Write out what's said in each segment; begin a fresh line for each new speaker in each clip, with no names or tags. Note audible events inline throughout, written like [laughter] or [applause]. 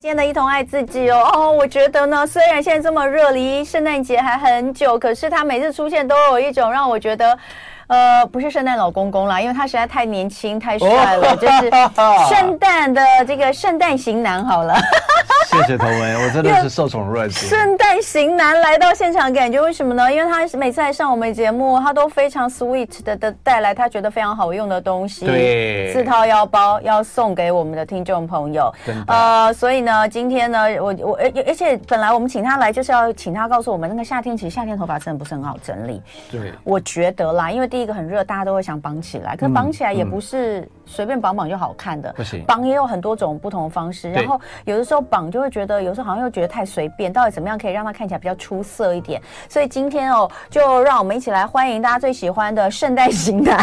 天的一同爱自己哦哦，我觉得呢，虽然现在这么热，离圣诞节还很久，可是他每次出现都有一种让我觉得，呃，不是圣诞老公公啦，因为他实在太年轻太
哦
帅了，哎
[laughs]
就是圣诞的这个圣诞型男好了。
[laughs] 谢谢头文，我真的是受宠若惊。
圣诞型男来到现场，感觉为什么呢？因为他每次来上我们节目，他都非常 sweet 的的带来他觉得非常好用的东西，
对
自掏腰包要送给我们的听众朋友
真的。
呃，所以呢，今天呢，我我而而且本来我们请他来就是要请他告诉我们，那个夏天其实夏天头发真的不是很好整理。
对，
我觉得啦，因为第一个很热，大家都会想绑起来，可
嗯
绑起来也
嗯
不是随便绑绑就好看的，
不行
绑也有很多种不同的方式。
对
然后有的时候绑就会觉得，有时候好像又觉得太随便，到底怎么样可以让它看起来比较出色一点？所以今天哦，就让我们一起来欢迎大家最喜欢的圣诞型男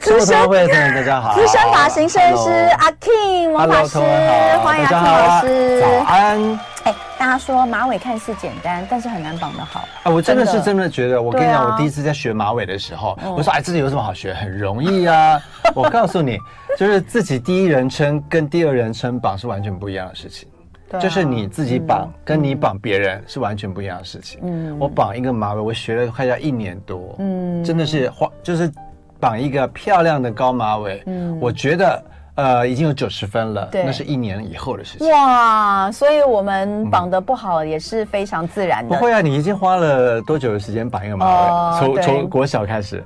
祝头文大家好，
资深发型设计师
Hello
阿 King 王法
Hello，
师
同文，好，
欢迎
大
阿 King
家好
老师。
早安。
哎，大家说马尾看似简单，但是很难绑得好。
哎，我真的
真
是
的
真的觉得，我跟你
对啊嗯
讲，我第一次在学马尾的时候，我说哎，这个有什么好学？很容易
[laughs]
啊！我告诉你，就是自己第一人称跟第二人称绑是完全不一样的事情。
对啊嗯
就是你自己绑，跟你绑别人是完全不一样的事情。我绑一个马尾，我学了快要一年多，
嗯
真的是花，就是绑一个漂亮的高马尾，我觉得呃已经有九十分了，
嗯对
那是一年以后的事情。
哇，所以我们绑得不好也是非常自然
不
的。
会啊，你已经花了多久的时间绑一个
哦
马尾？从
对
从国小开始。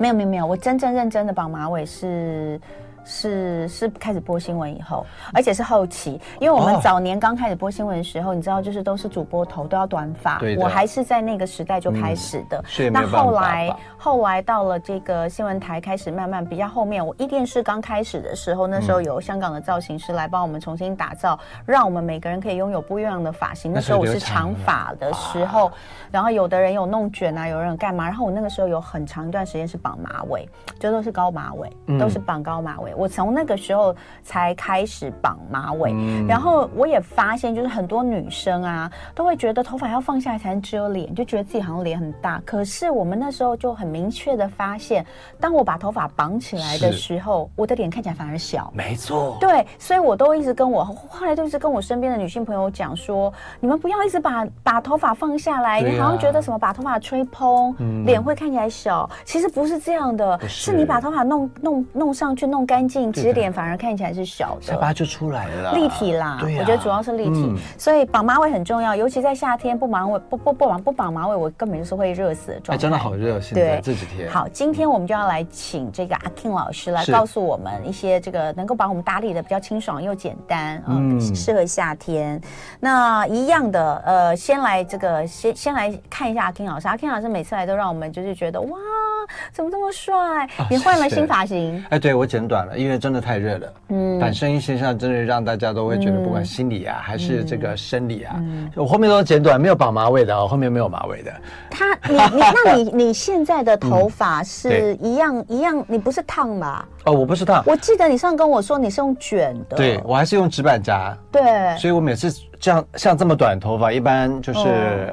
没有没有没有，我真正认真的绑马尾是。是是开始播新闻以后，而且是后期，因为我们
哦
早年刚开始播新闻的时候，你知道，就是都是主播头都要短发
对，的
我还是在那个时代就开始的。
所以没
那
有办法
后来
吧
后来到了这个新闻台开始慢慢比较后面，我一电视刚开始的时候，
嗯
那时候有香港的造型师来帮我们重新打造，让我们每个人可以拥有不一样的发型。那
那
时
时
候
候
我
留
是长
长
发的时
嗯
候，然后有的人有弄卷啊，有人有干嘛。然后我那个时候有很长一段时间是绑马尾，就都是高马尾，
嗯
都是绑高马尾。我从那个时候才开始绑马尾，
嗯
然后我也发现，就是很多女生啊，都会觉得头发要放下来才能遮脸，就觉得自己好像脸很大。可是我们那时候就很明确的发现，当我把头发绑起来的
是
时候，我的脸看起来反而小。
没错，
对，所以我都一直跟我后来都一直跟我身边的女性朋友讲说，你们不要一直把把头发放下来，
对啊
你好像觉得什么把头发吹蓬，
嗯
脸会看起来小，其实不是这样的，
不
是
是
你把头发弄弄弄上去弄干净，其
对的
实脸反而看起来是小的，
下巴就出来了，
立体啦，
对呀啊
我觉得主要是立体，
嗯
所以绑马尾很重要，尤其在夏天不绑尾不不不绑不绑马尾，我根本就是会热死的
哎，
状态。
真的好热，现
对
在这几天。
好，今天我们就要来请这个阿 King 老师来
是
告诉我们一些这个能够把我们打理的比较清爽又简单，嗯，
嗯
适合夏天。那一样的，呃，先来这个，先先来看一下阿 King 老师。阿 King 老师每次来都让我们就是觉得哇，怎么这么帅？也换了
啊谢谢
新发型，
哎，对我剪短了，因为真的太热了。
嗯
反声音现象真的让大家都会觉得，不管心理啊，还是这
嗯
个生理啊，我后面都剪短，没有绑马尾的，我后面没有马尾的。
他你你那你你现在的头发
嗯
是一样一样，你不是烫吧？
哦，我不是烫，
我记得你上次跟我说你是用卷的，
对我还是用直板夹，
对
所以我每次这样像这么短头发，一般就是、
哦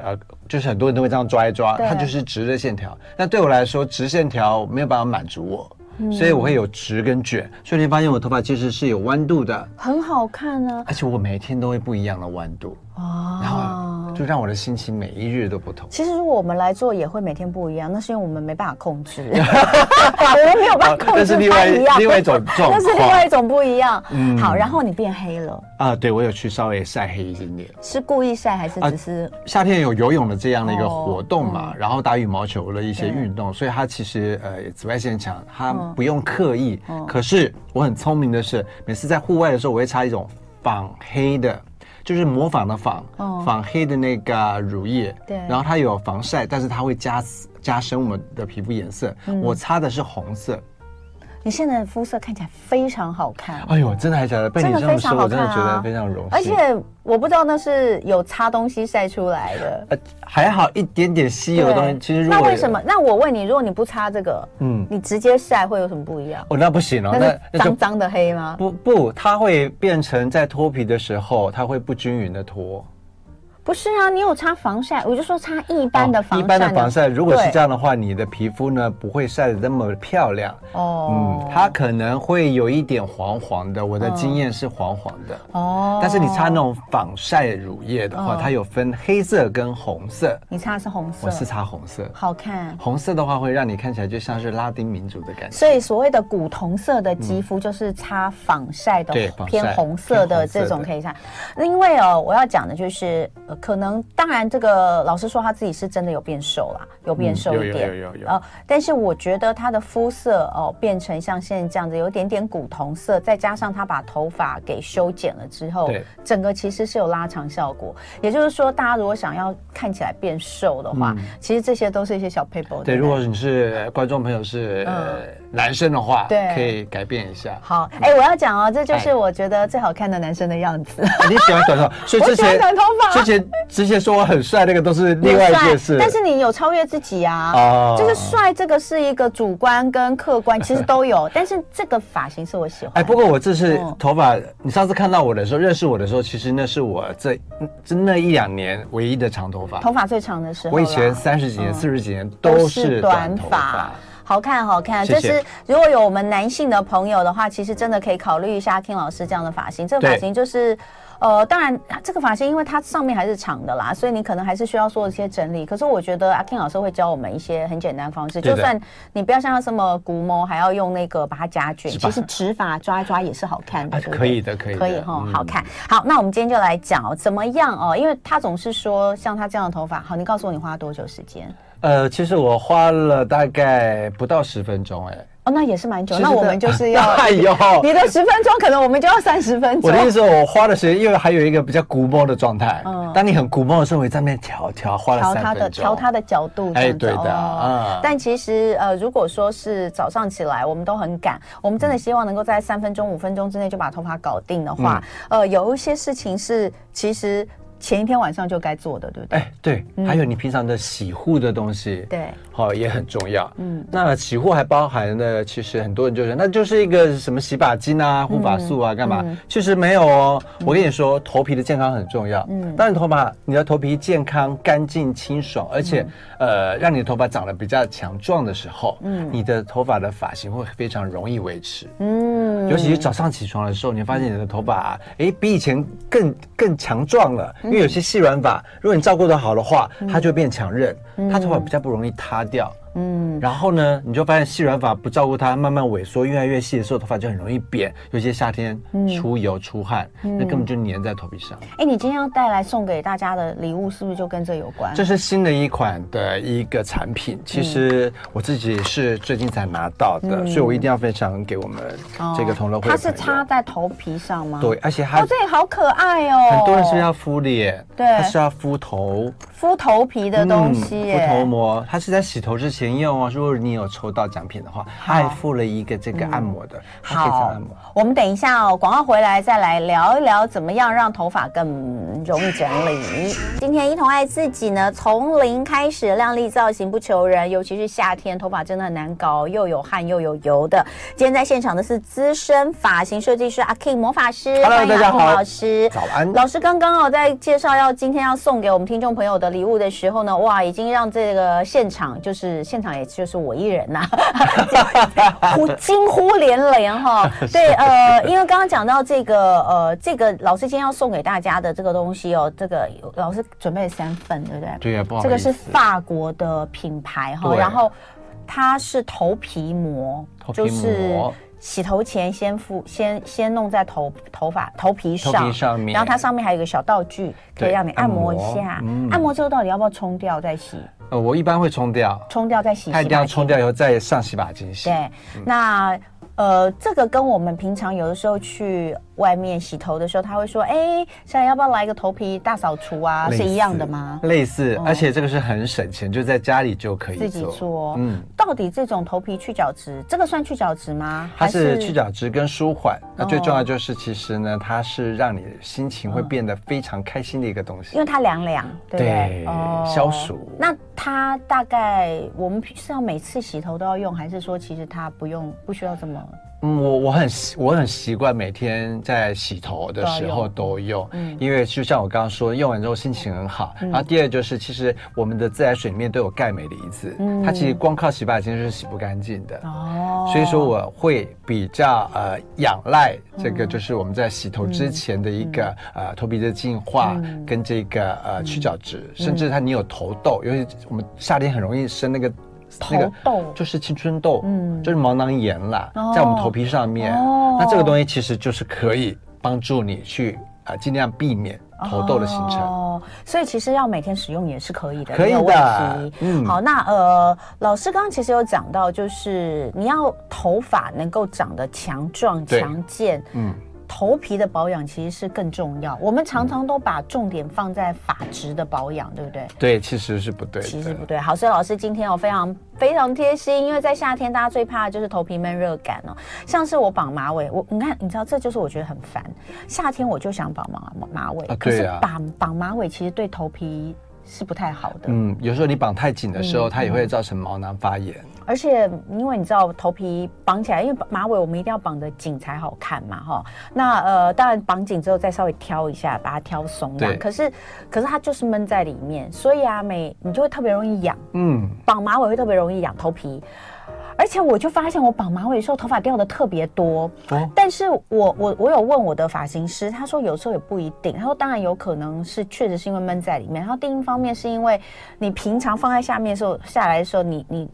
呃，就是很多人都会这样抓一抓，
对
它就是直的线条。那对我来说，直线条没有办法满足我，
嗯
所以我会有直跟卷。所以你发现我头发其实是有弯度的，
很好看啊呢、
而且我每天都会不一样的弯度，
啊。
然后就让我的心情每一日都不同。
其实如果我们来做，也会每天不一样，那是因为我们没办法控制，
[laughs]
我们没有办法控
那
制它
啊是另外
一样，
另外一种状
那
况嗯
是另外一种不一样。好，然后你变黑了，
啊，对我有去稍微晒黑一点点。
是故意晒还是
啊
只是？
夏天有游泳的这样的一个
哦
活动嘛，然后打羽毛球的一些运动，所以它其实呃紫外线强，它
嗯
不用刻意。可是我很聪明的是，每次在户外的时候，我会擦一种仿黑的，就是模仿的仿，
哦
仿黑的那个乳液。
对
然后它有防晒，但是它会加加深我们的皮肤颜色。
嗯
我擦的是红色。
你现在的肤色看起来非常好看，
哎呦，真的还假的？被
真
你
的
这么
非常
说，
好
我真
看
的
啊
觉得非常荣幸。
而且我不知道那是有擦东西晒出来的。
呃还好一点点稀有的东西，
对
其实如果
那为什么？那我问你，如果你不擦这个，嗯
嗯，
你直接晒会有什么不一样？
哦，那不行哦，
那
那
是
那就
脏脏的黑吗？
不不，它会变成在脱皮的时候，它会不均匀的脱。
不是啊，你有擦防晒，我就说擦一般的防晒、
哦一般的防晒，如果是这
样，
样的话，你的皮肤呢不会晒得那么漂亮。
哦，
嗯，它可能会有一点黄黄的，我的经验是黄黄的。
哦，
但是你擦那，种防晒乳液的话，
嗯
它有分黑色跟红色，
你擦的是红色，
我是擦红色。
好看。
红色的话会让你看起来就像是拉丁民族的感觉。
所以所谓的古铜色的肌肤，就是擦防晒的
对防晒
偏红色的
偏红色的
这种可以擦。那因为哦，我要讲的就是，呃可能当然这个老师说他自己是真的有变瘦啦，有变瘦
嗯有
一
有
点
有，有有。
呃，但是我觉得他的肤色哦、变成像现在这样子，有点点古铜色，再加上他把头发给修剪了之后
对，
整个其实是有拉长效果。也就是说，大家如果想要看起来变瘦的话，其实这些都是一些小 paper。
嗯对，
不
如果你是呃观众朋友是呃男生的话，
嗯对。
可以改变一下 [laughs]
好，哎、我要讲哦，这就是我觉得最好看的男生的样
[laughs]
子。
你喜欢短头发，所以
我
之
喜欢
前
短头发
之前之前说我很帅，那个都是另外一件
帅
事。
但是你有超越自己啊。
哦
就是帅，这个是一个主观跟客观，其实都
[laughs]
有。但是这个发型是我喜欢的。
哎，不过我这次
嗯
头发，你上次看到我的时候，认识我的时候，其实那是我这嗯这那一两年唯一的长头发。
头发最长的时候啦，
我以前三十几年、
嗯
四十几年都是短头发。。
好看，好看！
谢谢
这是如果有我们男性的朋友的话，其实真的可以考虑一下 King 老师这样的发型。这个
对
发型就是，呃，当然啊这个发型因为它上面还是长的啦，所以你可能还是需要做一些整理。可是我觉得阿啊 King 老师会教我们一些很简单的方式，
对
就
的
算你不要像他这么古摸，还要用那个把它夹卷，
直
其
发
实直发抓一抓也是好看的，
啊
对不对
可以的可以的
可以哈，
嗯
好看。好，那我们今天就来讲哦，怎么样哦？因为他总是说像他这样的头发，好，你告诉我你花了多久时间？
呃，其实我花了大概不到十分钟，哎，
哦，那也是蛮久。
其实
那我
这
们
[laughs]
就是要
哎呦，
你的十分钟，可能我们就要三十分
[laughs] 我
钟
的。意思，我花的时间，因为还有一个比较古摸的状态。
嗯
当你很古摸的时候，我在那边调调，花了
调
三
它
分
的
钟。
调它的角度，这
哎
样子哦
对的啊
但其实呃，如果说是早上起来，我们都很赶，我们真
嗯
的希望能够在三分钟、五分钟之内就把头发搞定的话，
嗯
呃，有一些事情是其实前一天晚上就该做的，对不对？
哎，对，还有你平常的洗护的东西，
嗯对，
好、也很重要。
嗯
嗯，那洗护还包含了，其实很多人就是，那就是一个什么洗发精啊、
嗯
护发素啊，干嘛？其实没有哦。我跟你说，头皮的健康很重要。嗯，当你头发，你的头皮健康、干净、清
嗯
爽，而且、呃，让你的头发长得比较强壮的时候，嗯，你的头发的发型会非常容易维持。
嗯
尤其是早上起床的时候，你发现你的头发、啊，哎，比以前更更强壮了。
嗯
因为有些细软发，如果你照顾得好的话，它就会变强韧，它头发比较不容易塌掉。
嗯，
然后呢，你就发现细软发不照顾它，慢慢萎缩，越来越细的时候，头发就很容易扁。尤其夏天出油出汗，
嗯
那根本就粘在头皮上。
哎，你今天要带来送给大家的礼物，是不是就跟这有关？
这是新的一款的一个产
嗯
品，其实我自己是最近才拿到的，所以我一定要分享给我们
哦
这个同乐会
嗯它
的朋友。
是插在头皮上吗？
对，而且它
哦，这也好可爱哦。
很多人是要敷脸，
对
它是要敷头嗯
敷头皮的东西耶，
敷头膜，它是在洗头之前用哦。如果你有抽到奖品的话，它还附了一个这个按摩的，它可以这样
嗯好
按摩。，
我们等一下哦，广告回来再来聊一聊怎么样让头发更容易整理。今天一同爱自己呢，从零开始，靓丽造型不求人，尤其是夏天头发真的很难搞，又有汗又有油的。今天在现场的是资深发型设计师阿 King 魔法师，
Hello，
欢迎
大家
阿 King
好
老师。
早安，
老师刚刚哦，在介绍要今天要送给我们听众朋友的礼物的时候呢，哇，已经让这个现场就是现场，也就是我一人呐、
[laughs]
呼惊呼连连哈。对，呃，因为刚刚讲到这个呃，这个老师今天要送给大家的这个东西哦，这个老师准备了三份，对不对？
对呀，不好意
这
思，
个是法国的品牌哈，
对
然后它是头皮膜，
头皮
就
膜
是洗头前先敷，先先弄在头头发头皮上，
头皮上面
然后它上面还有一个小道具，可以
对
让你按摩一
按摩
下。
嗯
按摩之后到底要不要冲掉再洗？
呃，我一般会冲掉，
冲掉再洗，
它一
洗
定要
发精
冲掉以后再上洗发精洗。
对，那呃，这个跟我们平常有的时候去外面洗头的时候，他会说：“哎，现在要不要来一个头皮大扫除啊？”
类
是
似
一样的吗？
类似
哦，
而且这个是很省钱，就在家里就可以
自己做，
嗯，
到底这种头皮去角质，这个算去角质吗？
它
还
是去角质跟舒缓，那最
哦
重要就是其实呢，它是让你心情会变得非常开心的一个东西
因。为它凉凉，对不对？
对消暑
那它大概我们是要每次洗头都要用，还是说其实它不用，不需要这么？
嗯，我我很习我很习惯每天在洗头的时候都用，因为就像我刚刚说，用完之后心情很好。然后第二就是，其实我们的自来水里面都有钙镁离子，它其实光靠洗发精是洗不干净的。
哦
所以说我会比较呃仰赖这个，就是我们在洗头之前的一个、呃头皮的净化跟这个呃去角质，甚至它你有头痘，尤其我们夏天很容易生那个。那个
头痘
就是青春痘，
嗯
就是毛囊炎啦，
哦
在我们头皮上面。
哦
那这个东西其实就是可以帮助你去啊、呃尽量避免头痘的形成。
哦，所以其实要每天使用也是可以的，
可以
没
的
有问题。
嗯
好，那呃，老师刚刚其实有讲到，就是你要头发能够长得强壮、
对
强健。
嗯，
头皮的保养其实是更重要，我们常常都把重点放在发质的保养，对不对？
对，其实是不对的。
其实不对。好，所以老师今天哦非常非常贴心，因为在夏天大家最怕的就是头皮闷热感哦。像是我绑马尾，我你看，你知道这就是我觉得很烦。夏天我就想绑马马尾，
啊
可
对
是
啊
绑绑马尾其实对头皮是不太好的，
嗯，有时候你绑太紧的时
嗯
候，它也会造成毛囊发炎。
而且因为你知道头皮绑起来，因为马尾我们一定要绑得紧才好看嘛，哈。那呃，当然绑紧之后再稍微挑一下，把它挑松这样
对
可是可是它就是闷在里面，所以啊，每你就会特别容易痒。
嗯，
绑马尾会特别容易痒头皮，而且我就发现我绑马尾的时候头发掉的特别多。
哦，
但是我我我有问我的发型师，他说有时候也不一定，他说当然有可能是确实是因为闷在里面，然后另一方面是因为你平常放在下面的时候下来的时候，你你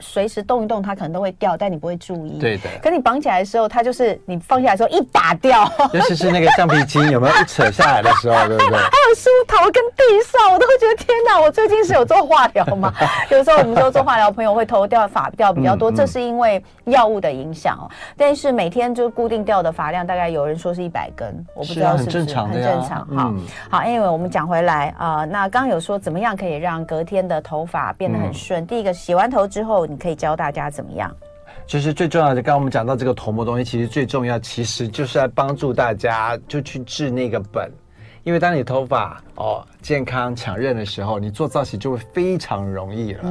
随时动一动它可能都会掉，但你不会注意。
对的
可你绑起来的时候，它就是你放下来的时候一把掉。
尤其是那个橡皮筋有没有一扯下来的时候，对不对？
还有梳头跟地上，我都会觉得天哪！我最近是有做化疗
[laughs]
吗？有时候我们说做化疗，朋友会头掉发掉比较多，
嗯嗯
这是因为药物的影响哦。但是每天就固定掉的发量，大概有人说是一百根，我不知
是啊
道是
很
不是
正常的
很
呀
正常。好
嗯，
好，anyway，我们讲回来啊，呃那刚刚有说怎么样可以让隔天的头发变得很
嗯
顺？第一个，洗完头之后，你可以教大家怎么样？
就是最重要的，刚刚我们讲到这个头膜东西，其实最重要，其实就是来帮助大家就去治那个本。因为当你头发哦健康强韧的时候，你做造型就会非常容易了。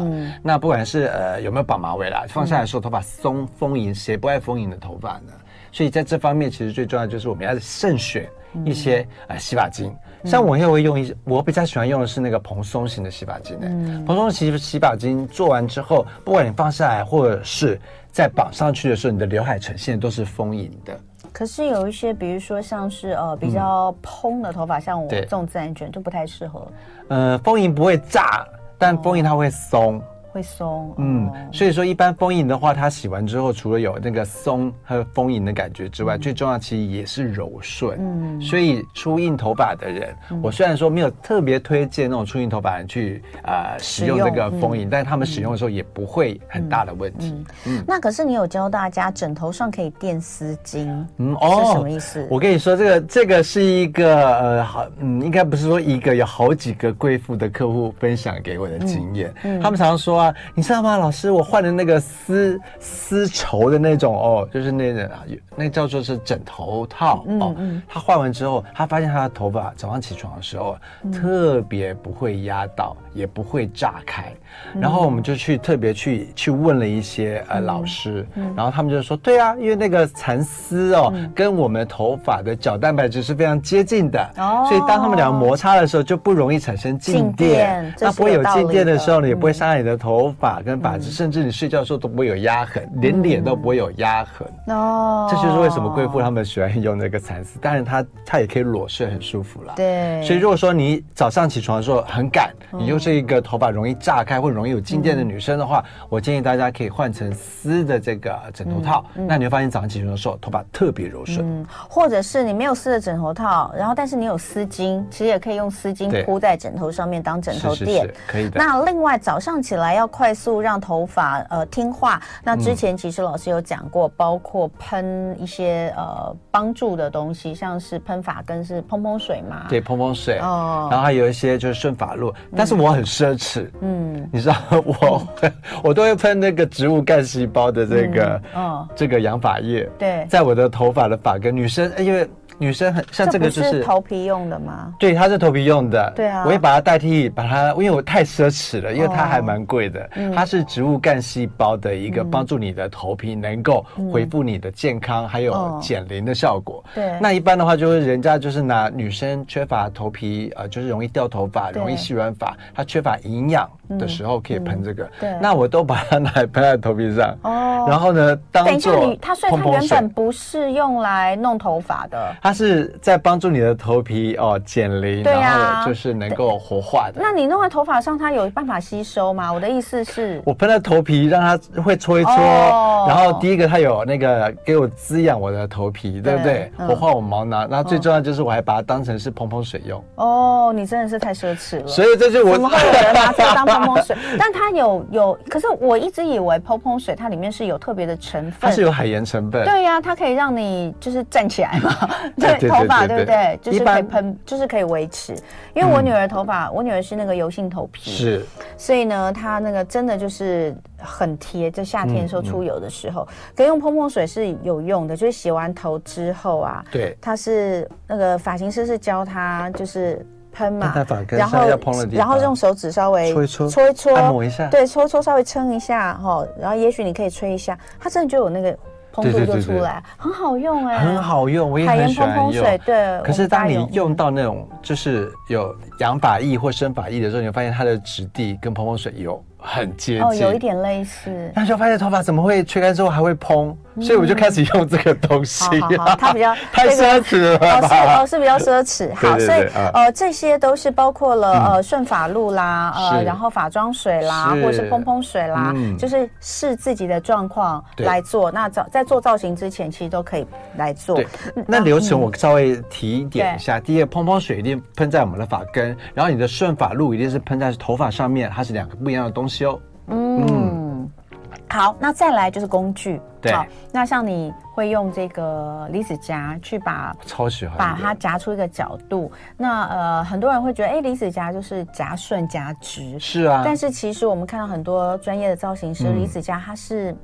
那不管是呃有没有绑马尾啦，放下来的时候头发松丰盈，谁不爱丰盈的头发呢？所以在这方面，其实最重要就是我们要慎选一些呃洗发精。像我也会用一些，我比较喜欢用的是那个蓬松型的洗发精、欸。蓬松型洗发精做完之后，不管你放下来或者是在绑上去的时候，你的刘海呈现都是丰盈的。
可是有一些，比如说像是呃比较蓬的头发，像我
嗯对
这种自然卷就不太适合，
呃，丰盈不会炸，但丰盈它会松。
会松。
嗯
哦，
所以说一般丰盈的话，它洗完之后，除了有那个松和丰盈的感觉之外，最重要其实也是柔顺。嗯，所以初硬头发的人，我虽然说没有特别推荐那种初硬头发的人去呃使用这个丰盈，但他们使用的时候也不会很大的问题。
那可是你有教大家枕头上可以垫丝巾，
嗯
是什么意思？
我跟你说，这个这个是一个呃，好，嗯，应该不是说一个，有好几个贵妇的客户分享给我的经验。他们常常说啊，你知道吗，老师，我换了那个丝丝绸的那种哦，就是那种啊，有那叫做是枕头套哦。他换完之后，他发现他的头发早上起床的时候、啊
嗯
特别不会压到，也不会炸开。
嗯
然后我们就去特别去去问了一些呃老师，
嗯
然后他们就说，对啊，因为那个蚕丝哦，跟我们头发的角蛋白质是非常接近的，
哦
所以当它们两个摩擦的时候就不容易产生静
静电
电，
这
那
是
不会
有
有
道
静
理
电
的嗯
的时候呢，也不会伤害你的头发跟发质，甚至你睡觉的时候都不会有压痕，连脸都不会有压痕。
哦
这就是为什么贵妇她们喜欢用那个蚕丝，当然它它也可以裸睡，很舒服啦。
对，嗯
所以如果说你早上起床的时候很赶，你又是一个头发容易炸开或容易有静电的女生的话，
嗯
我建议大家可以换成丝的这个枕头套，那你会发现早上起床的时候头发特别柔顺。
嗯，或者是你没有丝的枕头套，然后但是你有丝巾，其实也可以用丝巾
对
铺在枕头上面当枕头
是是
垫。
是可以的
那另外早上起来要快速让头发呃听话，那之前其实老师有讲过，包括喷一些呃帮助的东西，像是喷发根是蓬蓬水嘛，
对，蓬蓬水，
哦
然后还有一些就是顺发露，但是我很奢侈，
嗯，
你知道我 [laughs] 我都会喷那个植物干细胞的这个
嗯哦
这个养发液，
对
在我的头发的发根，女生因为女生很像这个就
不
是
是头皮用的吗？
对，它是头皮用的。
对啊
我也把它代替，把它，因为我太奢侈了，因为它
哦
还蛮贵的。它是植物干细胞的一个帮助你的头皮能够恢复你的健康，还
哦
有减龄的效果。
对
那一般的话，就是人家就是拿女生缺乏头皮，呃，就是容易掉头发，
对
容易细软发，它缺乏营养的时候可以喷这个。
对
那我都把它拿来喷在头皮上。
嗯哦
然后呢，
等
当
一下，
做
你它所以它
蓬蓬
原
水
本不是用来弄头发的。
它是在帮助你的头皮哦减龄，
对啊
然后就是能够活化的。
那你弄在头发上，它有办法吸收吗？我的意思是，
我喷在头皮，让它会搓一搓，
哦
然后第一个它有那个给我滋养我的头皮，对不对？
嗯
活化我毛囊，然后最重要就是我还把它当成是蓬蓬水用，
哦，你真的是太奢侈了。
所以这就是我
怎嗯么会有人拿这个当蓬蓬水？但它有有，可是我一直以为蓬蓬水它里面是有特别的成
它
分
是。有海盐成分，
对呀、它可以让你就是站起来嘛，
[laughs] 对对对
头发
对
对不对？就是
一
可以
般嗯
喷，就是可以维持。因为我女儿头发，我女儿是那个油性头皮，
是
所以呢，它那个真的就是很贴，就夏天的时
嗯
候出油的时候，可以用蓬蓬水是有用的，就是洗完头之后啊，
对。
它是那个发型师是教他就是喷嘛
看他发，根
然后
上要碰的地
然后
方
用手指稍微
搓一搓
搓一搓，
按摩一下
对，搓一搓稍微撑一下哈、哦，然后也许你可以吹一下，它真的就有那个蓬
对
度
对
就
对
出
对
来，很好用哎、
很。好用，我也
海
很
盐
喜
蓬
欢
蓬
用
水。对
可是当
我
你
们家有嗯
用到那种就是有养发液或生发液的时候，你会发现它的质地跟蓬蓬水有很接
哦，
近，
有一点类
[laughs]
似。
那时候发现头发怎么会吹干之后还会蓬，所以我就开始用这个东西
嗯
啊
好好好，它比较
[laughs] 太奢侈了
哦，
[laughs]
是
吧。
哦，是比较奢侈。好，
对对对
所以
啊嗯
呃，这些都是包括了呃顺发露啦，呃，
是
然后发妆水啦，
是
或是蓬蓬水啦，
嗯
就是视自己的状况
对
来做。那造在做造型之前，其实都可以来做
对。，那流程我稍微提一点一
嗯
下。第一个，蓬蓬水一定喷在我们的发根，然后你的顺发露一定是喷在头发上面，它是两个不一样的东西哦。
嗯，好，那再来就是工具。
对
好，那像你会用这个离子夹去把
超喜欢的，
把它夹出一个角度。那呃，很多人会觉得，哎，离子夹就是夹顺夹直，
是啊，
但是其实我们看到很多专业的造型师
嗯
李子嘉，他是。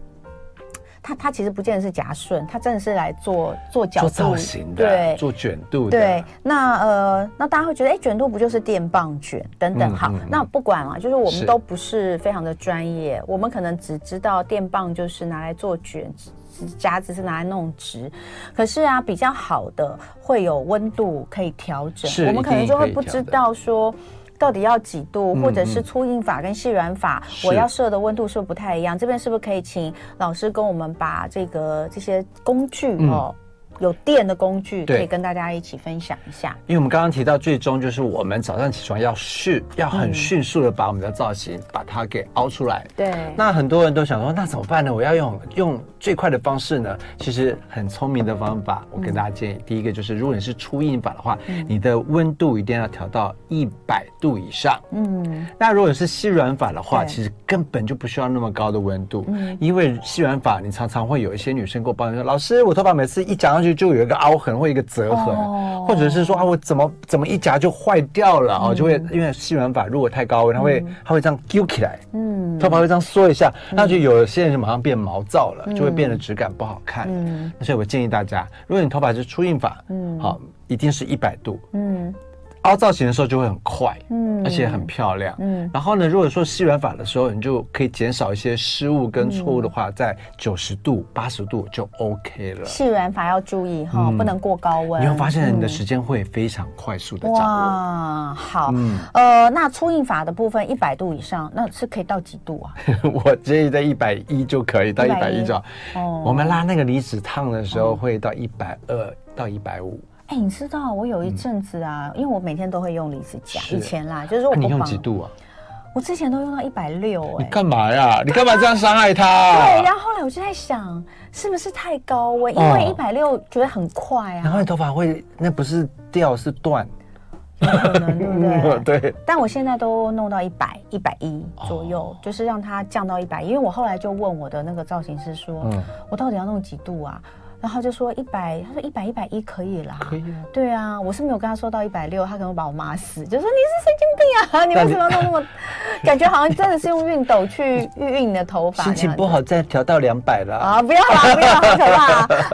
他他其实不见得是夹顺，他真的是来做做角
做
度
造型
对
的，做卷度的，
对，那呃，那大家会觉得，哎、卷度不就是电棒卷等等？
嗯
好，
嗯嗯
那不管了，就是我们
是
都不是非常的专业，我们可能只知道电棒就是拿来做卷，指夹子是拿来弄直。可是啊，比较好的会有温度可以调整，
是
我们可能
一定
就
可
会
以
不知
调的
道说。到底要几度，
嗯
或者是
嗯
粗硬法跟细软法，
是
我要设的温度是不是不太一样？这边是不是可以请老师跟我们把这个这些工具
嗯
哦，有电的工具
对
可以跟大家一起分享一下。
因为我们刚刚提到，最终就是我们早上起床要迅，要
嗯
很迅速的把我们的造型把它给凹出来。
对，
那很多人都想说，那怎么办呢？我要用用最快的方式呢？其实很聪明的方法，我跟大家建议，第一个就是，如果你是初印法的话，
嗯
你的温度一定要调到一百度以上。
嗯，
那如果是细软法的
对
话，
嗯
其实根本就不需要那么高的温度，因为细软法你常常会有一些女生给我抱怨说，老师，我头发每次一夹上去就有一个凹痕或一个折痕，
哦嗯
或者是说啊我怎么怎么一夹就坏掉了哦，就会因为细软法如果太高温，它会、它会这样揪起来，
嗯
头发会这样缩一下，那就有些人就马上变毛躁了，就会变得质感不好看。
嗯
所以我建议大家，如果你头发是初印法，
嗯
好，一定是一百度，
嗯
凹造型的时候就会很快，
嗯
而且很漂亮。
嗯
然后呢，如果说细软发的时候，你就可以减少一些失误跟错误的话，
嗯
在九十度、八十度就 OK 了。
细软法要注意哈，
嗯
不能过高温。
你会发现你的时间会非常快速的掌握。
啊哇，好，
嗯
呃，那粗硬法的部分一百度以上，那是可以到几度
[laughs]
啊？
[laughs] 我建议在一百一就可以，到一百一就好。
哦
我们拉那个离子烫的时候会到一百二到一百五。
哎、你知道我有一阵子啊，因为我每天都会用离子夹，
是
以前啦，就是我不
那你用
绑
几度啊？
我之前都用到一百六，
你
哎，
干嘛呀？你干嘛这样伤害他啊
对，？然后后来我就在想，是不是太高温？因
哦
为一百六觉得很快
然后
啊，
你头发会，那不是掉是断。
有可能对不
[laughs]
对？
对，
但我现在都弄到一百一百一
哦
左右，就是让它降到一百。因为我后来就问我的那个造型师说，
嗯
我到底要弄几度啊？然后他就说一百，他说一百一百一可以啦。
[laughs] 可以啊。
对啊，我是没有跟他说到一百六，他可能会把我骂死，就说你是神经病呀，你为什么要弄那
[laughs]
么？感觉好像真的是用熨斗去熨熨你的头发。
心情不好再调到两百了
啊！不要了，不要，好可
[laughs]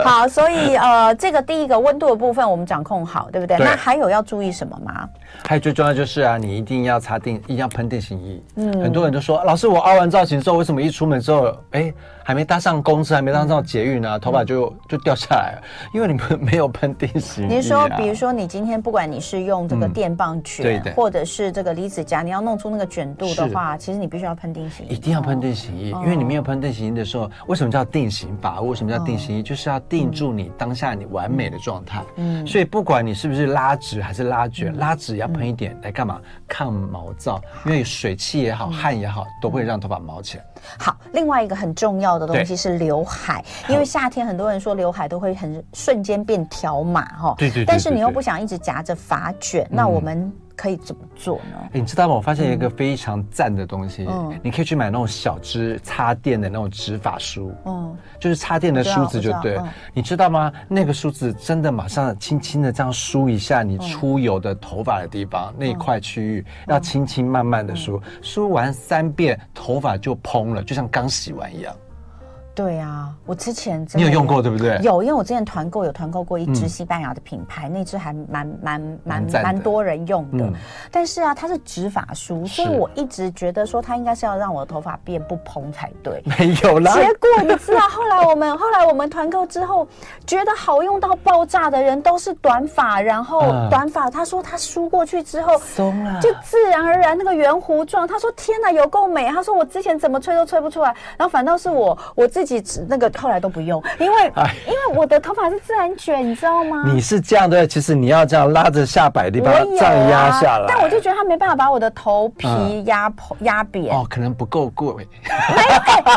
怕。啊好，所以呃，这个第一个温度的部分我们掌控好，对不对？
对
那还有要注意什么吗？
还有最重要就是啊，你一定要擦定，一定要喷定型液。
嗯
很多人都说，老师，我凹完造型之后，为什么一出门之后，哎，还没搭上公车，还没搭上捷运呢、头发就就掉下来了？因为你们没有喷定型液、啊。
你说，比如说你今天不管你是用这个电棒
嗯对
卷，
的
或者是这个离子夹，你要弄出那个卷度的话，其实你必须要喷定型。
一定要喷定型液，因为你没有喷定型液的时候，为什么叫定型法？为什么叫定型液？就是要定住你当下你完美的状态。哦嗯，所以不管你是不是拉直还是拉卷，拉直也要喷一点来干嘛？抗毛躁，因为水汽嗯也好，嗯汗也好，都会让头发毛起来。
好，另外一个很重要的东西
对
是刘海，因为夏天很多人说刘海都会很瞬间变条码哈，
对嗯对对
但是你又
对对
不想一直夹着发卷，那我们可以怎么做呢？
哎你知道吗？我发现一个非常赞的东西，
嗯
你可以去买那种小支插电的那种直发梳，
嗯，
就是插电的梳子就
我知
对
道我知道嗯。
你知道吗？那个梳子真的马上轻轻的这样梳一下你出油的头发的地
嗯
方那一块区域，要轻轻慢慢的梳，梳完三遍头发就蓬了，就像刚洗完一样。
对啊，我之前真
你
的
有用过对不对？
有，因为我之前团购有团购过一支西班牙的品牌，那支还蛮蛮蛮
嗯蛮赞的
蛮多人用的。
嗯
但是啊，它是直发梳，所以
是
我一直觉得说它应该是要让我的头发变不蓬才对。
没有啦。
结果你知道，后来我们后来我们团购之后，觉得好用到爆炸的人都是短发，然后
嗯
短发，他说他梳过去之后
松啊了
就自然而然那个圆弧状。他说天哪，有够美！他说我之前怎么吹都吹不出来，然后反倒是我我自己只那个后来都不用，因为
[laughs] 哎
因为我的头发是自然卷，你知道吗？
你是这样对，其实你要这样拉着下摆的地
我
方
有
这样压下
啊
来，，
但我就觉得他没办法把我的头皮
嗯
压蓬压扁，哎
哦，可能不够贵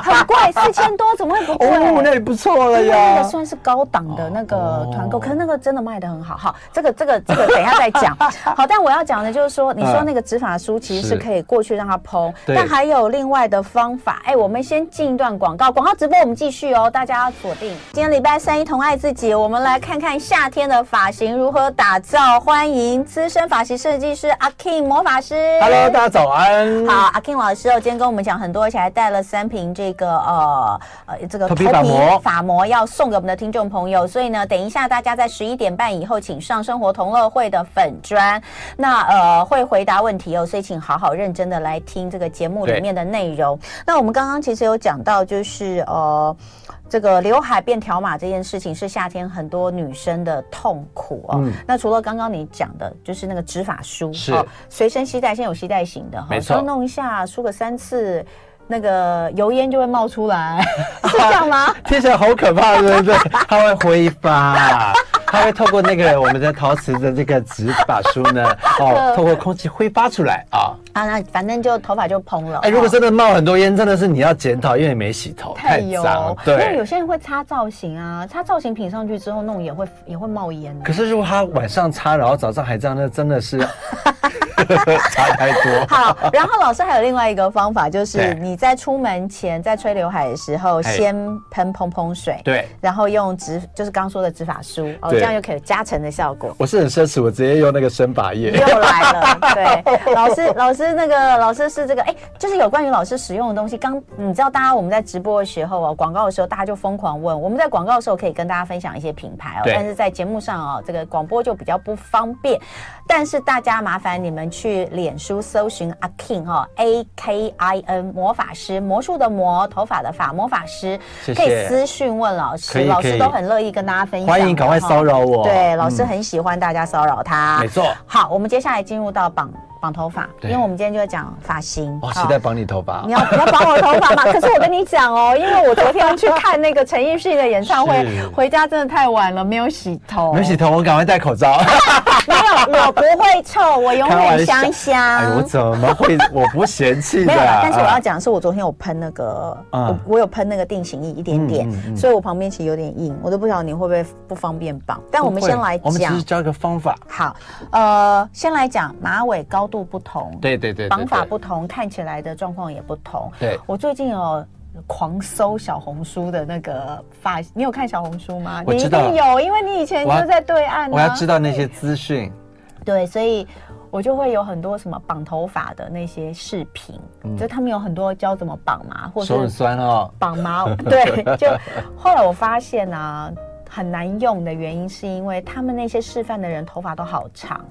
很贵，四千多怎么会不贵？
[laughs] 哦，那也不错了
因为那
呀
个。算是高档的那个
哦
团购，可是那个真的卖的很好。好，这个这个这个等一下再
[laughs]
讲。好，但我要讲的就是说，你说那个执法书其实是
是
可以过去让它剖，
嗯对
但还有另外的方法。哎，我们先进一段广告，广告直播我们继续哦，大家要锁定。今天礼拜三一同爱自己，我们来看看夏天的发型如何打造。欢迎资深发型设计师阿 King 魔法师。
Hello，大家早安。
好，阿 King 老师哦，今天跟我们讲很多，而且还带了三瓶这个呃呃这个
头皮发膜
发膜要送给我们的听众朋友，所以呢，等一下大家在十一点半以后，请上生活同乐会的粉砖，那呃会回答问题哦，所以请好好认真的来听这个节目里
对
面的内容。那我们刚刚其实有讲到，就是呃。这个刘海变条码这件事情是夏天很多女生的痛苦哦。
嗯
那除了刚刚你讲的，就是那个直发梳，
是
哦随身携带，现在有携带型的哈，
没错
稍微弄一下，梳个三次，那个油烟就会冒出 [laughs] 来，是这样吗？
听起来好可怕，对不对？ [laughs] 它会挥发，它会透过那个我们的陶瓷的这个直发梳呢，
嗯
哦，透过空气挥发出来啊。
[laughs] 啊，那反正就头发就蓬了。
哎，如果
哦
真的冒很多烟，真的是你要检讨，因为你没洗头，
太油，因为有
对。
些人会擦造型啊，擦造型品上去之后弄也会也会冒烟啊的
可。是如果他晚上擦，然后早上还这样，那真的是 [laughs] 差太多。
好，然后老师还有另外一个方法，就是
对
你在出门前在吹刘海的时候，
哎
先喷蓬蓬水，
对，
然后用直就是刚刚说的直发梳，哦，这
对
样就可以有加成的效果。
我是很奢侈，我直接用那个生发液。
又来
[laughs]
了，对，老师，老师那个老师是这个，哎、就是有关于老师使用的东西。刚你知道，大家我们在直播的时候啊，广告的时候，大家就疯狂问。我们在广告的时候可以跟大家分享一些品牌哦，
对
但是在节目上哦，这个广播就比较不方便。但是大家麻烦你们去脸书搜寻阿 King 哦，A K I N 魔法师，魔术的魔，头发的发，魔法师，
谢
可
谢
以私讯问老师，
可以
老
可
师
以
都很乐意跟大家分享的哦。
欢迎赶快骚扰我。
对，老师
嗯
很喜欢大家骚扰他。
没错
好，我们接下来进入到绑绑头发，因
对
为我们今天就要讲发型。
哇，
好
哦期待绑你头发
你。要你要绑我头
[laughs]
发吗？可是我跟你讲哦，因为我昨天去看那个陈奕迅的演唱会
是，
回家真的太晚了，没有洗头。
没洗头，我赶快戴口罩。
啊没有，我不会臭，我永
[laughs] 开
远
玩笑
香
哎，我
香。
怎么会？我不嫌弃的
没有啦
啊。，
但是我要讲的是，我昨天有喷那个，
啊
我我有喷那个定型液一点点，
嗯嗯嗯
所以我旁边其实有点硬，我都不晓得你会不会不方便绑。但我们
不会
先来
我们只
讲
是，教一个方法。
好，呃，先来讲马尾高度不同，
对对对，对
绑法
对
不同，看起来的状况也不同。
对
我最近有狂搜小红书的那个发，你有看小红书吗？
我
你一
知道
定有，因为你以前
我要
就在对岸、啊。
我要知道那些资讯。
对，所以我就会有很多什么绑头发的那些视频，
嗯
就他们有很多教怎么绑嘛，或
手很
者
酸哦，
绑毛。
[laughs]
对，就后来我发现啊，很难用的原因是因为他们那些示范的人头发都好长，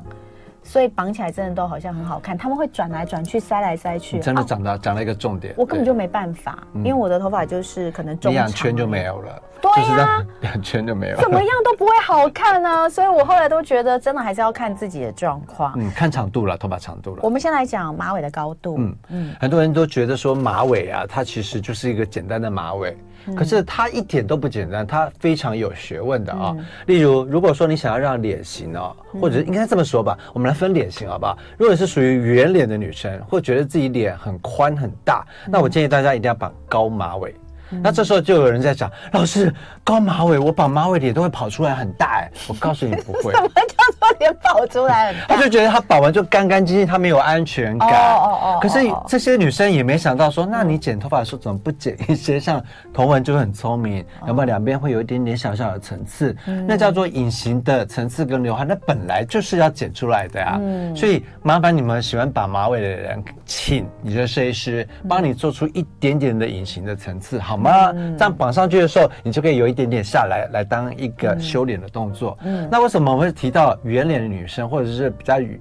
所以绑起来真的都好像很好看。他们会转来转去，塞来塞去。
你嗯真的
啊
长到讲了一个重点，
我根本
对
就没办法，因为我的头发就是可能中
你两
长
圈就没有了，
对呀
就是让两圈就没有
[laughs] 怎
了。
么样都不会好看啊，所以我后来都觉得真的还是要看自己的状况。
嗯，看长度了，头发长度了
我。们先来讲马尾的高度，
嗯
嗯 [laughs]
嗯，很多人都觉得说马尾啊，它其实就是一个简单的马尾，可是它一点都不简单，它非常有学问的啊。例如，如果说你想要让脸型哦，或者应该这么说吧，我们来分脸型好不好？如果你是属于圆脸的女生，或觉得自己脸很宽很大，那我建议大家一定要绑高马尾。那这时候就有人在讲，老师，高马尾，我绑马尾脸都会跑出来很大哎、我告诉你不
[laughs]
会，
我们叫做脸跑出来很
他
大。
就觉得他绑完就干干净净，他没有安全感。
哦哦哦
可是
哦哦
这些女生也没想到说，那你剪头发的时候怎么不剪一些像同文就很聪明，
哦
要不然两边会有一点点小小的层次，
嗯
那叫做隐形的层次跟刘海，那本来就是要剪出来的呀、
嗯
所以麻烦你们喜欢绑马尾的人，请你的设计师帮你做出一点点的隐形的层次，好吗？
嗯
这样绑上去的时候，你就可以有一点点下来，来当一
嗯
个修脸的动作。那为什么我会提到圆脸的女生，或者是比较圆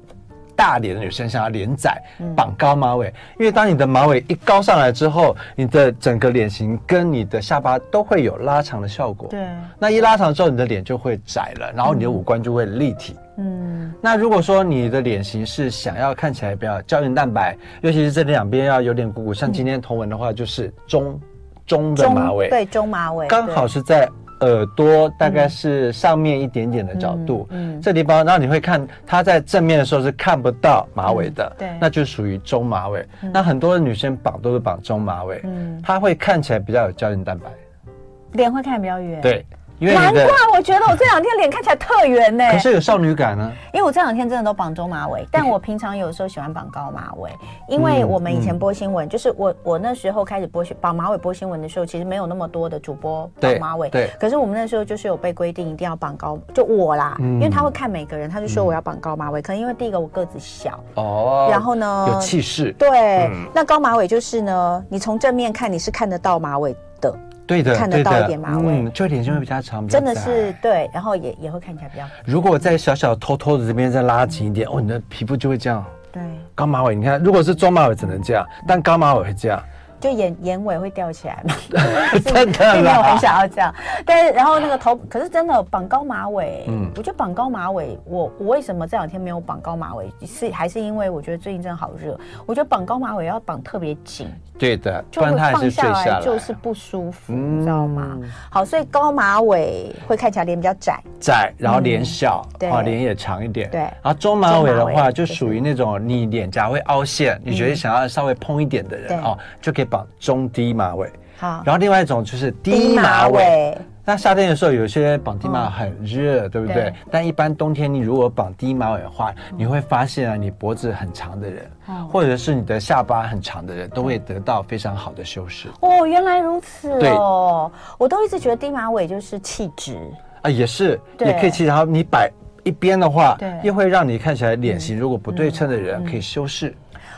大脸的女生想要脸窄，
嗯
绑高马尾，因为当你的马尾一高上来之后，你的整个脸型跟你的下巴都会有拉长的效果。
对，
那一拉长之后，你的脸就会窄了，然后你的五官就会立体。
嗯，
那如果说你的脸型是想要看起来比较胶原蛋白，尤其是这两边要有点鼓鼓，像今天同文的话就是中、中的马尾，
对中马尾
刚好是在耳朵大概是上面一点点的角度，
嗯嗯
这地方，然后你会看它在正面的时候是看不到马尾的，
嗯对
那就属于中马尾。那很多的女生绑都是绑中马尾，
嗯
它会看起来比较有胶原蛋白，
对脸会看得比较圆。，
对，因为
难
你
怪
的
我觉得我这两天脸看起来特圆呢。
可是有少女感啊呢，
因为我这两天真的都绑中马尾，但我平常有时候喜欢绑高马尾，因
嗯
为我们以前播新闻，就是我我那时候开始播新绑马尾播新闻的时候，其实没有那么多的主播绑
对
马尾，
对
可是我们那时候就是有被规定一定要绑高，就我啦，
嗯
因为他会看每个人，他就说我要绑高马尾，可能因为第一个我个子小，
哦，
然后呢
有气势，
对，
嗯
那高马尾就是呢，你从正面看你是看得到马尾的，
对的，
看得
对
到
的嗯
一点马尾
就脸就会比较长，比较
真的是
窄。
对，然后也也会看起来比较
如果我再小小偷偷的这边再拉紧一点，哦，你的皮肤就会这样。
对，
高马尾，你看，如果是中马尾只能这样，但高马尾会这样。
就眼眼尾会吊起来嘛。
[laughs] 真的
并没有很
啦，
想要这样，但是然后那个头，可是真的绑高马尾，
嗯
我觉得绑高马尾，我我为什么这两天没有绑高马尾，是还是因为我觉得最近真的好热，我觉得绑高马尾要绑特别紧，
对的，
就
不然
会
它还
放
是坠
下
下
来
来，
就是不舒服，
嗯
你知道吗？好，所以高马尾会看起来脸比较窄，
窄，然后脸小，
嗯对
啊，脸也长一点，
对
然后中马尾的
中马
话，
尾
就属于那种你脸颊会凹陷，你觉得想要稍微蓬一点的
对
人哦，就可以绑中低马尾。
好，
然后另外一种就是低马尾，，那夏天的时候有些绑低马尾
嗯
很热，对不对？
对嗯
但一般冬天你如果绑低马尾的话，你会发现啊，你脖子很长的人，
哦
或者是你的下巴很长的人，都会得到非常好的修饰
哦，原来如此哦，我都一直觉得低马尾就是气质，
啊，也是，
对
也可以其实然后你摆一边的话
对，嗯
又会让你看起来脸型如果不对称的人可以修饰。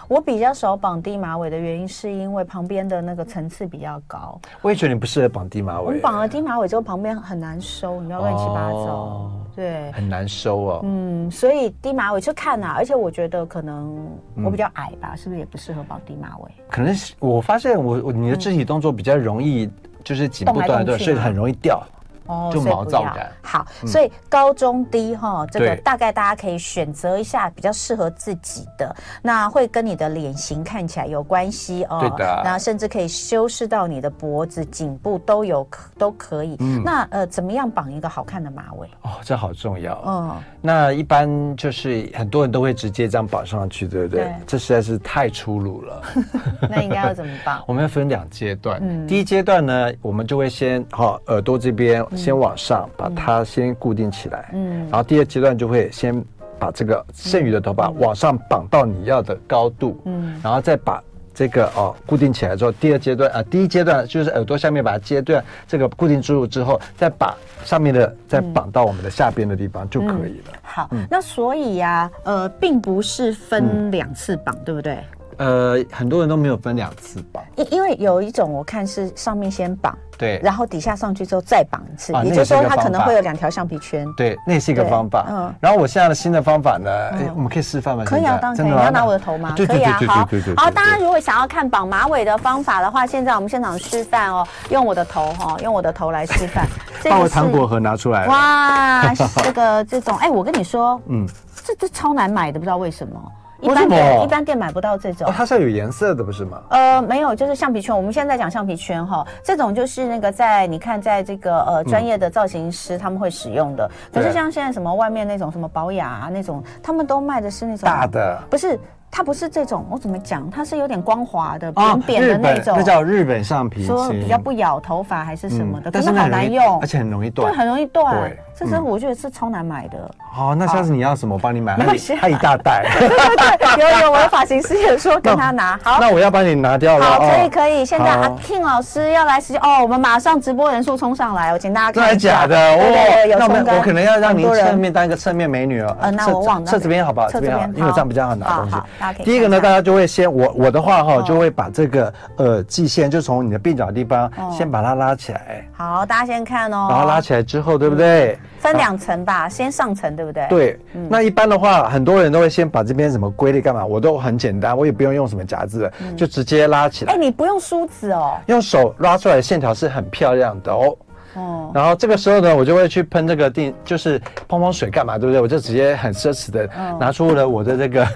我比较少绑低马尾的原因是因为旁边的那个层次比较高。
我也觉得你不适合绑低马尾，哦
我们绑了低马尾之后，旁边很难收，你知道乱七八糟。对，
很难收哦。
嗯，所以低马尾就看啊，而且我觉得可能我比较矮吧，是不是也不适合绑低马尾？
可能是我发现我我你的肢体动作比较容易就是颈部
动来
断来
动
断，
去啊
所以
嘛
很容易掉。
哦
就
所以
毛
不
躁
要
感嗯
好，所以高中低哈，这个
对
大概大家可以选择一下比较适合自己的，那会跟你的脸型看起来有关系哦。
对的
那甚至可以修饰到你的脖子、颈部都有可都可以。
嗯
那呃，怎么样绑一个好看的马
[laughs]
尾？
哦，这好重要哦。
嗯，
那一般就是很多人都会直接这样绑上去，对不对？
对
这实在是太粗鲁了。
[laughs] 嗯那应该要怎么绑？
[laughs] 我们要分两阶段，
嗯
第一阶段呢，我们就会先好、耳朵这边先往上，把它先固定起来，
嗯
嗯，然后第二阶段就会先嗯把这个剩余的头发往上绑到你要的高度，嗯，然后再把这个哦固定起来之后，第二阶段啊、呃，第一阶段就是耳朵下面把它切断，这个固定住入之后，再把上面的再绑到我们的下边的地方就可以了。
好，那所以呀、呃，并不是
嗯
分两次绑，对不对？
呃，很多人都没有分两次绑，
因因为有一种我看是上面先绑，
对，
然后底下上去之后再绑一次，
啊
也
那
就
也
是说
是一个
它可
方
能
法
会有两条橡皮圈。
对，那也是一个
对
方法。
嗯
嗯，然后我现在的新的方法呢，哎，我们可以示范吗？
可以
现
啊，
在
当然可以。
真的
你
吗
要拿我的头吗？
对
可
对
以
对
啊，
对
好
对对。对。
哦
好，
对
大家如果想要看绑马尾的方法的话，现在我们现场示范哦，用我的头哈、哦，用我的头来示
[laughs]
范。这
把我
个是
糖果盒拿出来了。
哇，这个这种，哎，我跟你说，
嗯，
这这超难买的，不知道为什么。一
为什
般
么
店一般店买不到这种
哦，。它是要有颜色的，不是吗？
呃，没有，就是橡皮圈。我们现在在讲橡皮圈哈，这种就是那个在你看，在这个呃专业的造型师他们会使用的。可是
对
像现在什么外面那种什么保养啊那种，他们都卖的是那种
大，的。
不是它不是这种，我怎么讲？它是有点光滑的、
哦
扁，扁的那种，
那叫日本橡皮
说
筋，
比较不咬头发还是什么的，可
但
是
是那
好
很容
难
易
用
而，且很容易
对，
断。
很容易断
对。嗯
这是我觉得是超难买的。
哦，那下次你要什么，我帮
[laughs]
你买，它
关
一
系
它一大袋。 [laughs]
有有，我的发型师也说 [laughs] 跟他拿，好。
那我要帮你拿掉了。
好，
哦
可以可以。现在阿
好
King 老师要来实际哦，我们马上直播人数冲上来哦，请大家
真的
看一下。
假的？哦
对对对有
那我
冲
们
跟
我可能要让您
很多
侧
人
面当一个侧面美女哦。
呃那
侧
我往那
侧这边好不好？
侧
这边好
这，边
因为这
好
样比较好拿
好
东西
好大家可以。
第一个
看
呢，
一下哦
大家就会先我我的话哈，就会把这个呃际线就从你的鬓角地方先把它拉起来，
好，大家先看哦。嗯
然后拉起来之后，对不对？
分两层吧，先上层对不对？。
对，那一般的话，很多人都会先把这边什么归类干嘛，我都很简单，我也不用用什么夹子，就直接拉起
嗯哎，
来，
你不用梳子哦。
用手拉出来的线条是很漂亮的哦。
哦。
然后这个时候呢，我就会去喷这个定，就是碰碰水干嘛，对不对？我就直接很奢侈的
嗯
拿出了我的这个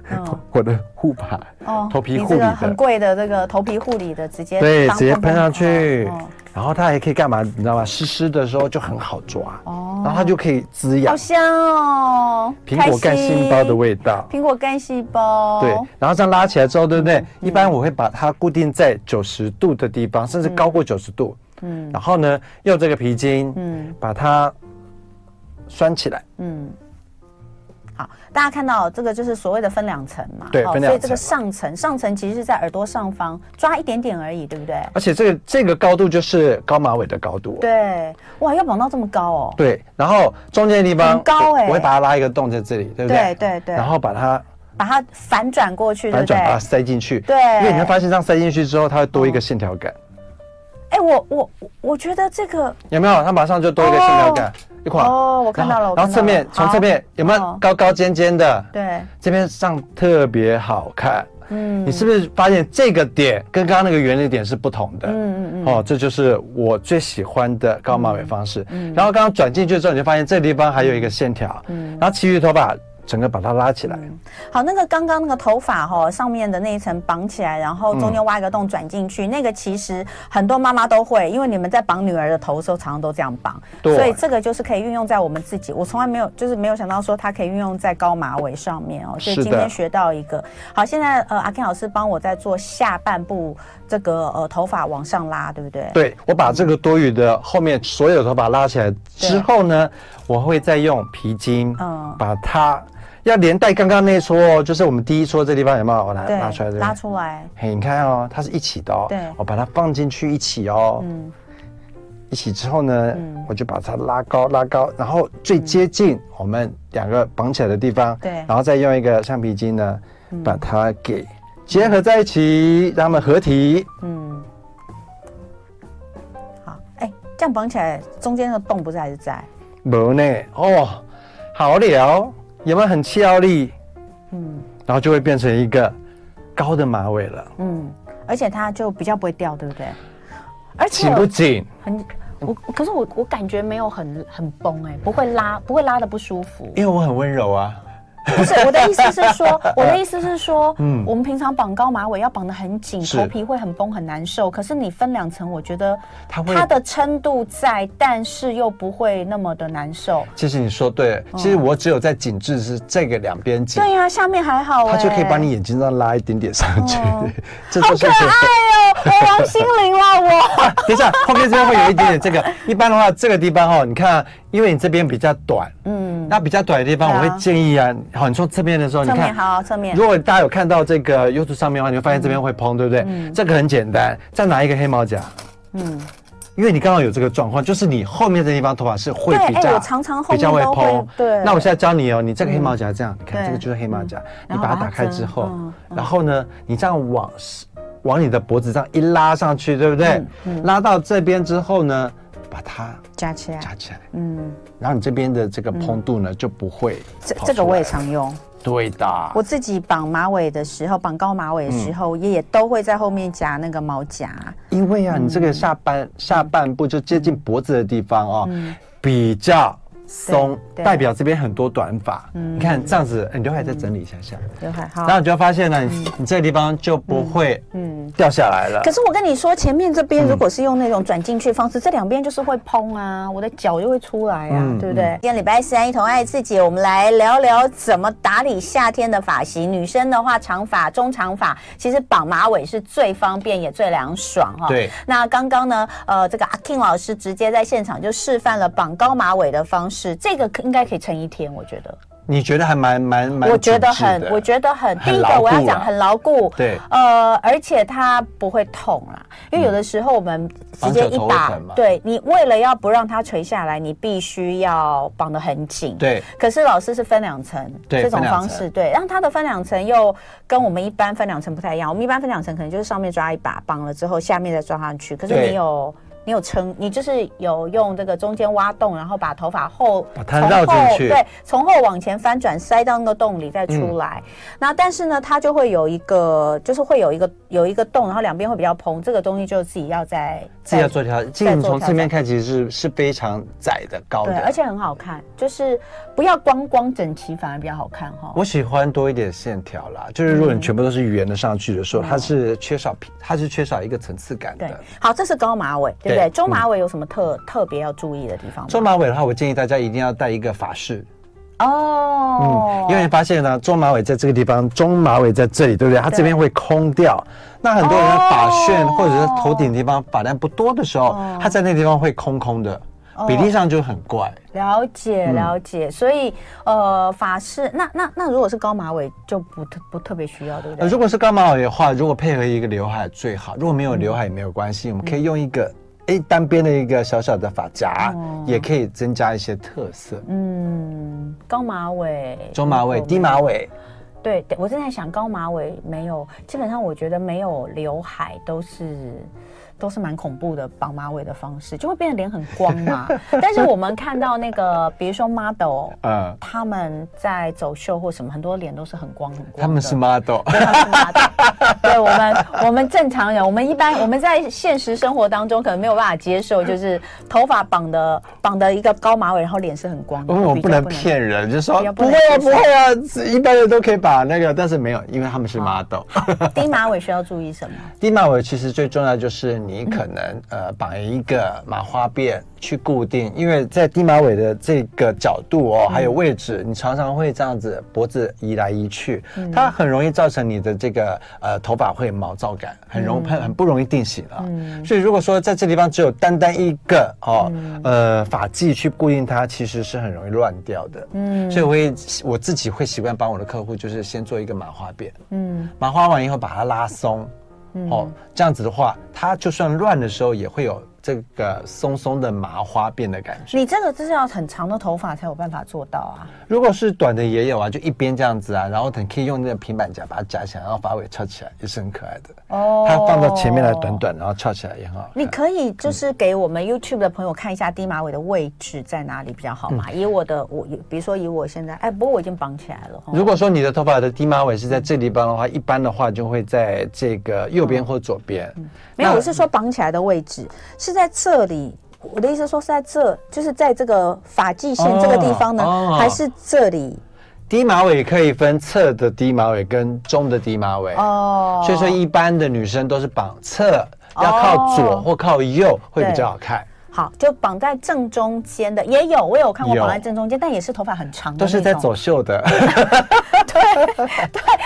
[laughs] 我的护发
哦，
头皮
你
护
这
理
个很
的，
贵的这个头皮护理的，直接
对，
当
直接
蓬蓬
喷上
头
去
哦。
然后它还可以干嘛，你知道吗？湿湿的时候就很好抓，
哦
然后它就可以滋
好
养
香哦，
苹果干
开心
细胞的味道。
苹果干细胞。
对，然后这样拉起来之后，对不
嗯
对？一般我会把它固定在九十度的地方，甚至高过九十度。嗯，然后呢，用这个皮筋，嗯，把它拴起来。
好，大家看到这个就是所谓的分两层嘛，
对
好
分两
所以
层
这个上层，上层其实是在耳朵上方抓一点点而已，对不对？
而且这个这个高度就是高马尾的高度。哦
对，哇，要绑到这么高哦，
对，然后中间的地方
很高欸
我我会把它拉一个洞在这里，对不
对
对？
对对
然后把它
把它反转过去，对
反
不对
转，？啊把它塞进去。
对
因为你会发现这样塞进去之后，它会多一个线条感，
哎，我我我我觉得这个
有没有？它马上就多一个线条感，一块。
哦我看到了
然
我
后
看到了
然后侧面从
好
侧面有没
哦
有高高尖尖的？
对，
这边上特别好看。嗯，你是不是发现这个点跟刚刚那个原理点是不同的？嗯嗯嗯。哦，这就是我最喜欢的高马尾方式。然后刚刚转进去之后，你就发现这个地方还有一个线条，嗯，然后其余头发整个把它拉起来。
好，那个刚刚那个头发哈、上面的那一层绑起来，然后中间挖一个洞转进去，那个其实很多妈妈都会，因为你们在绑女儿的头的时候，常常都这样绑，
对
所以这个就是可以运用在我们自己。我从来没有就是没有想到说它可以运用在高马尾上面哦，所以
是的
今天学到一个。好，现在呃，阿 Ken 老师帮我在做下半部这个呃头发往上拉，对不对？
对，我把这个多余的后面所有的头发拉起来之后呢，我会再用皮筋，
嗯
把它要连带刚刚那一撮哦，就是我们第一撮这地方有没有？我拿
对，
拿出来这边，
拉出来，
嘿，你看哦，它是一起的哦。
对
我把它放进去一起哦。
嗯
一起之后呢，我就把它拉高拉高，然后最接近我们两个绑起来的地方。
嗯对嗯
然后再用一个橡皮筋呢，把它给结合在一起，让它们合体。
嗯，好，哎、这样绑起来中间的洞不是还是在？
没呢，哦，好了，有没有很俏丽？
嗯。
然后就会变成一个高的马尾了，
嗯，而且它就比较不会掉，对不对？而且
紧不紧？。
很我，可是我我感觉没有很很崩哎、不会拉，不会拉的不舒服
因为我很温柔啊。
不是我的意思是
[laughs]
说，我的意思是说，嗯
嗯，
我们平常绑高马尾要绑得很紧，
是
头皮会很崩很难受。可是你分两层，我觉得
它会
它的撑度在，但是又不会那么的难受。
其实你说
哦
对了，其实我只有在紧致是这个两边紧，
对呀、下面还好哎、
它就可以把你眼睛这样拉一点点上去
哦，
[laughs] 这就是
好可爱哎呦，我王心凌了我。
[laughs] 等一下，后面这边会有一点点这个。一般的话，这个地方哦，你看啊，因为你这边比较短，嗯，嗯，那比较短的地方，我
对
会
啊
建议啊，好，你从侧面的时候，你
侧面
看。
好，侧面
如果大家有看到这个 YouTube 上面的话，你会发现这边会蓬，对不对？这个很简单，再拿一个黑毛夹，
嗯，
因为你刚好有这个状况，就是你后面这地方头发是会
对
比
哎
较，
我常常后
比较
面
会
都会
蓬。
对
那我现在教你哦，你这个黑毛夹这样，你看
对
这个就是黑毛夹，你
然后
把它
把它
打开之
折
后
嗯，
然后呢，你这样往往你的脖子上一拉上去，对不
嗯
对？拉到这边之后呢，把它
夹起来，
夹起来，
嗯，
然后你这边的这个蓬度呢就不会
这
跑
这个
出
我也
来
常用。
对的，
我自己绑马尾的时候，绑高马尾的时
嗯
候，也也都会在后面夹那个毛夹。
因为啊，你
嗯
这个下半下半部就接近脖子的地方哦，比较
嗯
松，
对对嗯
代表这边很多短发。你看这样子，哎你刘海再整理一下下，
刘海好嗯
然。后你就会发现呢，你你这个地方就不会掉下来了
可。是我跟你说，前面这
嗯
边如果是用那种转进去方式，这两边就是会蓬啊，我的脚就会出来啊，
嗯
对不对？今天礼拜三，一同爱自己，我们来聊聊怎么打理夏天的发型。女生的话，长发、中长发，其实绑马尾是最方便也最凉爽哈、
对
那刚刚呢，呃，这个阿 King 老师直接在现场就示范了绑高马尾的方式，这个应该可以撑一天，我觉得。
你觉得还蛮蛮蛮，
我觉得很，我
得
觉得很，第
很
一
牢
个
固
我
啊
要
啦
讲很牢固，
对
呃，而且它不会痛啦，因为有的时候我们直接一
绑手头会
把
疼嘛，
对你为了要不让它垂下来，你必须要绑得很紧，。
对。
可是老师是分两层，
对
这种
分两
方式
层
对，然后它的分两层又跟我们一般分两层不太一样，我们一般分两层可能就是上面抓一把绑了之后，下面再抓上去，可是
对
你有。你有撑，你就是有用这个中间挖洞，然后把头发后
把它
从
绕进
后
去
对，从后往前翻转，塞到那个洞里再出
嗯
来。那但是呢，它就会有一个，就是会有一个有一个洞，然后两边会比较蓬，这个东西就自己要再
自己要
再
做调，
再
镜
做
从
调
侧
整
面看其实是是非常窄的高
对，
的，
而且很好看，就是不要光光整齐反而比较好看哈。
我喜欢多一点线条啦，就是如果你全部都是圆的上去的时候，它是缺少它是缺少一个层次感
嗯对
的。，
好，这是高马尾，对不对？
对嗯
中马尾有什么特、特别要注意的地方吗？
中马尾的话，我建议大家一定要戴一个发饰，
哦
嗯，，因为你发现呢，中马尾在这个地方，中马尾在这里，对不对？它这边会空掉。那很多人的发旋
哦
或者是头顶地方发量不多的时候，它在那个地方会空空的，
哦
比例上就很怪。
了解
嗯
了解，所以呃，法式那那那如果是高马尾就不特不特别需要，对不对？
呃，如果是高马尾的话，如果配合一个刘海最好，如果没有刘海也没有关系，
嗯
我们可以用一个诶单边的一个小小的发夹，
哦
也可以增加一些特色。
嗯，高马尾、
中马尾、
如果
低马尾，
对，对我正在想高马尾没有，基本上我觉得没有刘海都是都是蛮恐怖的绑马尾的方式，就会变得脸很光
[laughs]
嘛。但是我们看到那个，比如说 model，
嗯，
他们在走秀或什么，很多脸都是很光很光的。
他们是 model，
他们是麻的对我们，我们正常人，我们一般我们在现实生活当中可能没有办法接受，就是头发绑的绑的一个高马尾，然后脸是很光的。
因为我
比较
哦不能。骗人，就说
比较
不
不
会
能接
啊，不
受
会啊，一般人都可以把那个，但是没有，因为他们
啊
是 model。
低马尾需要注意什么？
低马尾其实最重要就是你可能呃绑一个麻花辫去固定，因为在低马尾的这个角度哦，还有位置，你常常会这样子脖子移来移去，它很容易造成你的这个呃头发会有毛躁感，很容很很不容易定型啊。所以如果说在这地方只有单单一个哦呃发髻去固定它，其实是很容易乱掉的。嗯，所以我会我自己会习惯帮我的客户就是先做一个麻花辫，
嗯，
麻花完以后把它拉松，哦，这样子的话，它就算乱的时候也会有这个松松的麻花辫的感觉。
你这个就是要很长的头发才有办法做到啊。
如果是短的也有啊，就一边这样子啊，然后你可以用那个平板夹把它夹起来，然后把尾翘起来，也是很可爱的。
哦
它放到前面来短。短，然后翘起来也很好看。
你可以就是给我们 YouTube 的朋友看一下低马尾的位置在哪里比较好嘛？
嗯
以我的我，比如说以我现在，哎，不过我已经绑起来了。哦
如果说你的头发的低马尾是在这地方的话，一般的话就会在这个右边或左边。
嗯没有，
那
我是说绑起来的位置是在这里。我的意思说是在这，就是在这个发际线这个地方呢，
哦哦
还是这里？
低马尾可以分侧的低马尾跟中的低马尾。
哦，
所以说一般的女生都是绑侧，要靠左或靠右会比较好看。
好，就绑在正中间的也有，我有看过
有
绑在正中间，但也是头发很长的
都是
那
在
种
走秀的，
对，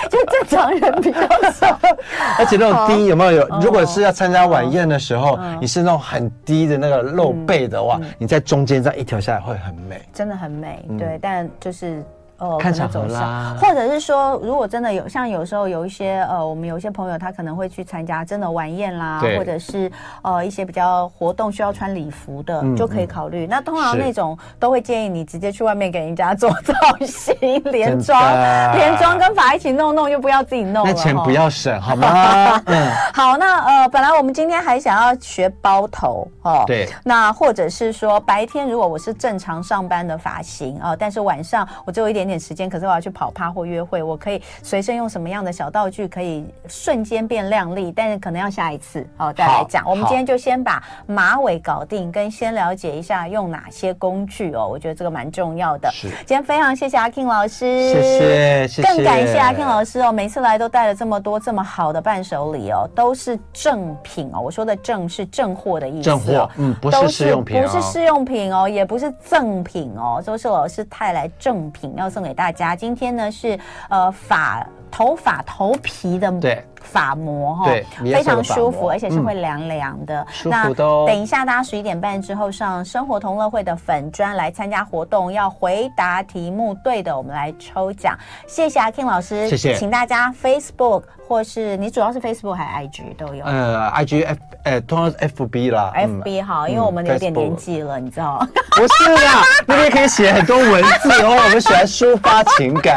就正常人比较少。
[laughs] 而且那种低有没有
哦
有？如果是要参加晚宴的时候
嗯，
你是那种很低的那个露背的话，你在中间这样一条下来会很美。
真的很美，
嗯
对，但就是。哦，
看
可能
场合
走
啦
向或者是说，如果真的有像有时候有一些呃，我们有一些朋友他可能会去参加真的晚宴啦，
对
或者是呃一些比较活动需要穿礼服的，
嗯
就可以考虑。那通常
是
那种都会建议你直接去外面给人家做造型、连
[laughs] 真
妆、
的
连妆跟发一起弄弄，就不要自己弄了。
那钱
哈
不要省
[laughs]
好吗？嗯，
好，那呃，本来我们今天还想要学包头哦，
对
那或者是说白天如果我是正常上班的发型哦，但是晚上我只有一点点时间，可是我要去跑趴或约会，我可以随身用什么样的小道具可以瞬间变靓丽，但是可能要下一次哦再来
好
讲。我们
好
今天就先把马尾搞定，跟先了解一下用哪些工具哦，我觉得这个蛮重要的。
是
今天非常谢谢阿 King 老师，
谢谢谢谢
更感谢阿 King 老师哦，每次来都带了这么多这么好的伴手礼哦，都是正品哦。我说的正是正货的意思、哦，
正货嗯不是
都
试用品
不
哦
是试用品哦，也不是赠品哦，都是老师带来正品要送给大家。今天呢是呃发头发头皮的
对
发膜哈、
对米亚
非
色的
常
发
舒服，
膜
而且是
嗯
会凉凉的，
舒服的哦
那等一下，大家十一点半之后上生活同乐会的粉专来参加活动，要回答题目对的，我们来抽奖。谢谢阿 King 老师，
谢谢
请大家 Facebook 或是你主要是 Facebook 还是 IG 都有。
呃，IG F 呃，通常是 FB 啦
FB 好，因为我们有点年，
嗯
纪了，你知道。
Facebook 不是啦，那边可以写很多文字哦，我们喜欢抒发情
[laughs]
感。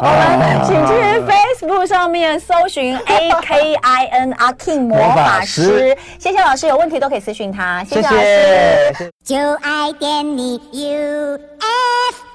我们请去 Facebook 上面搜寻 A K I N 阿 King 魔
魔
法
法
师
师。
谢谢老师，有问题都可以私讯他。谢
谢
谢老师。
谢。
就爱点你 UFO。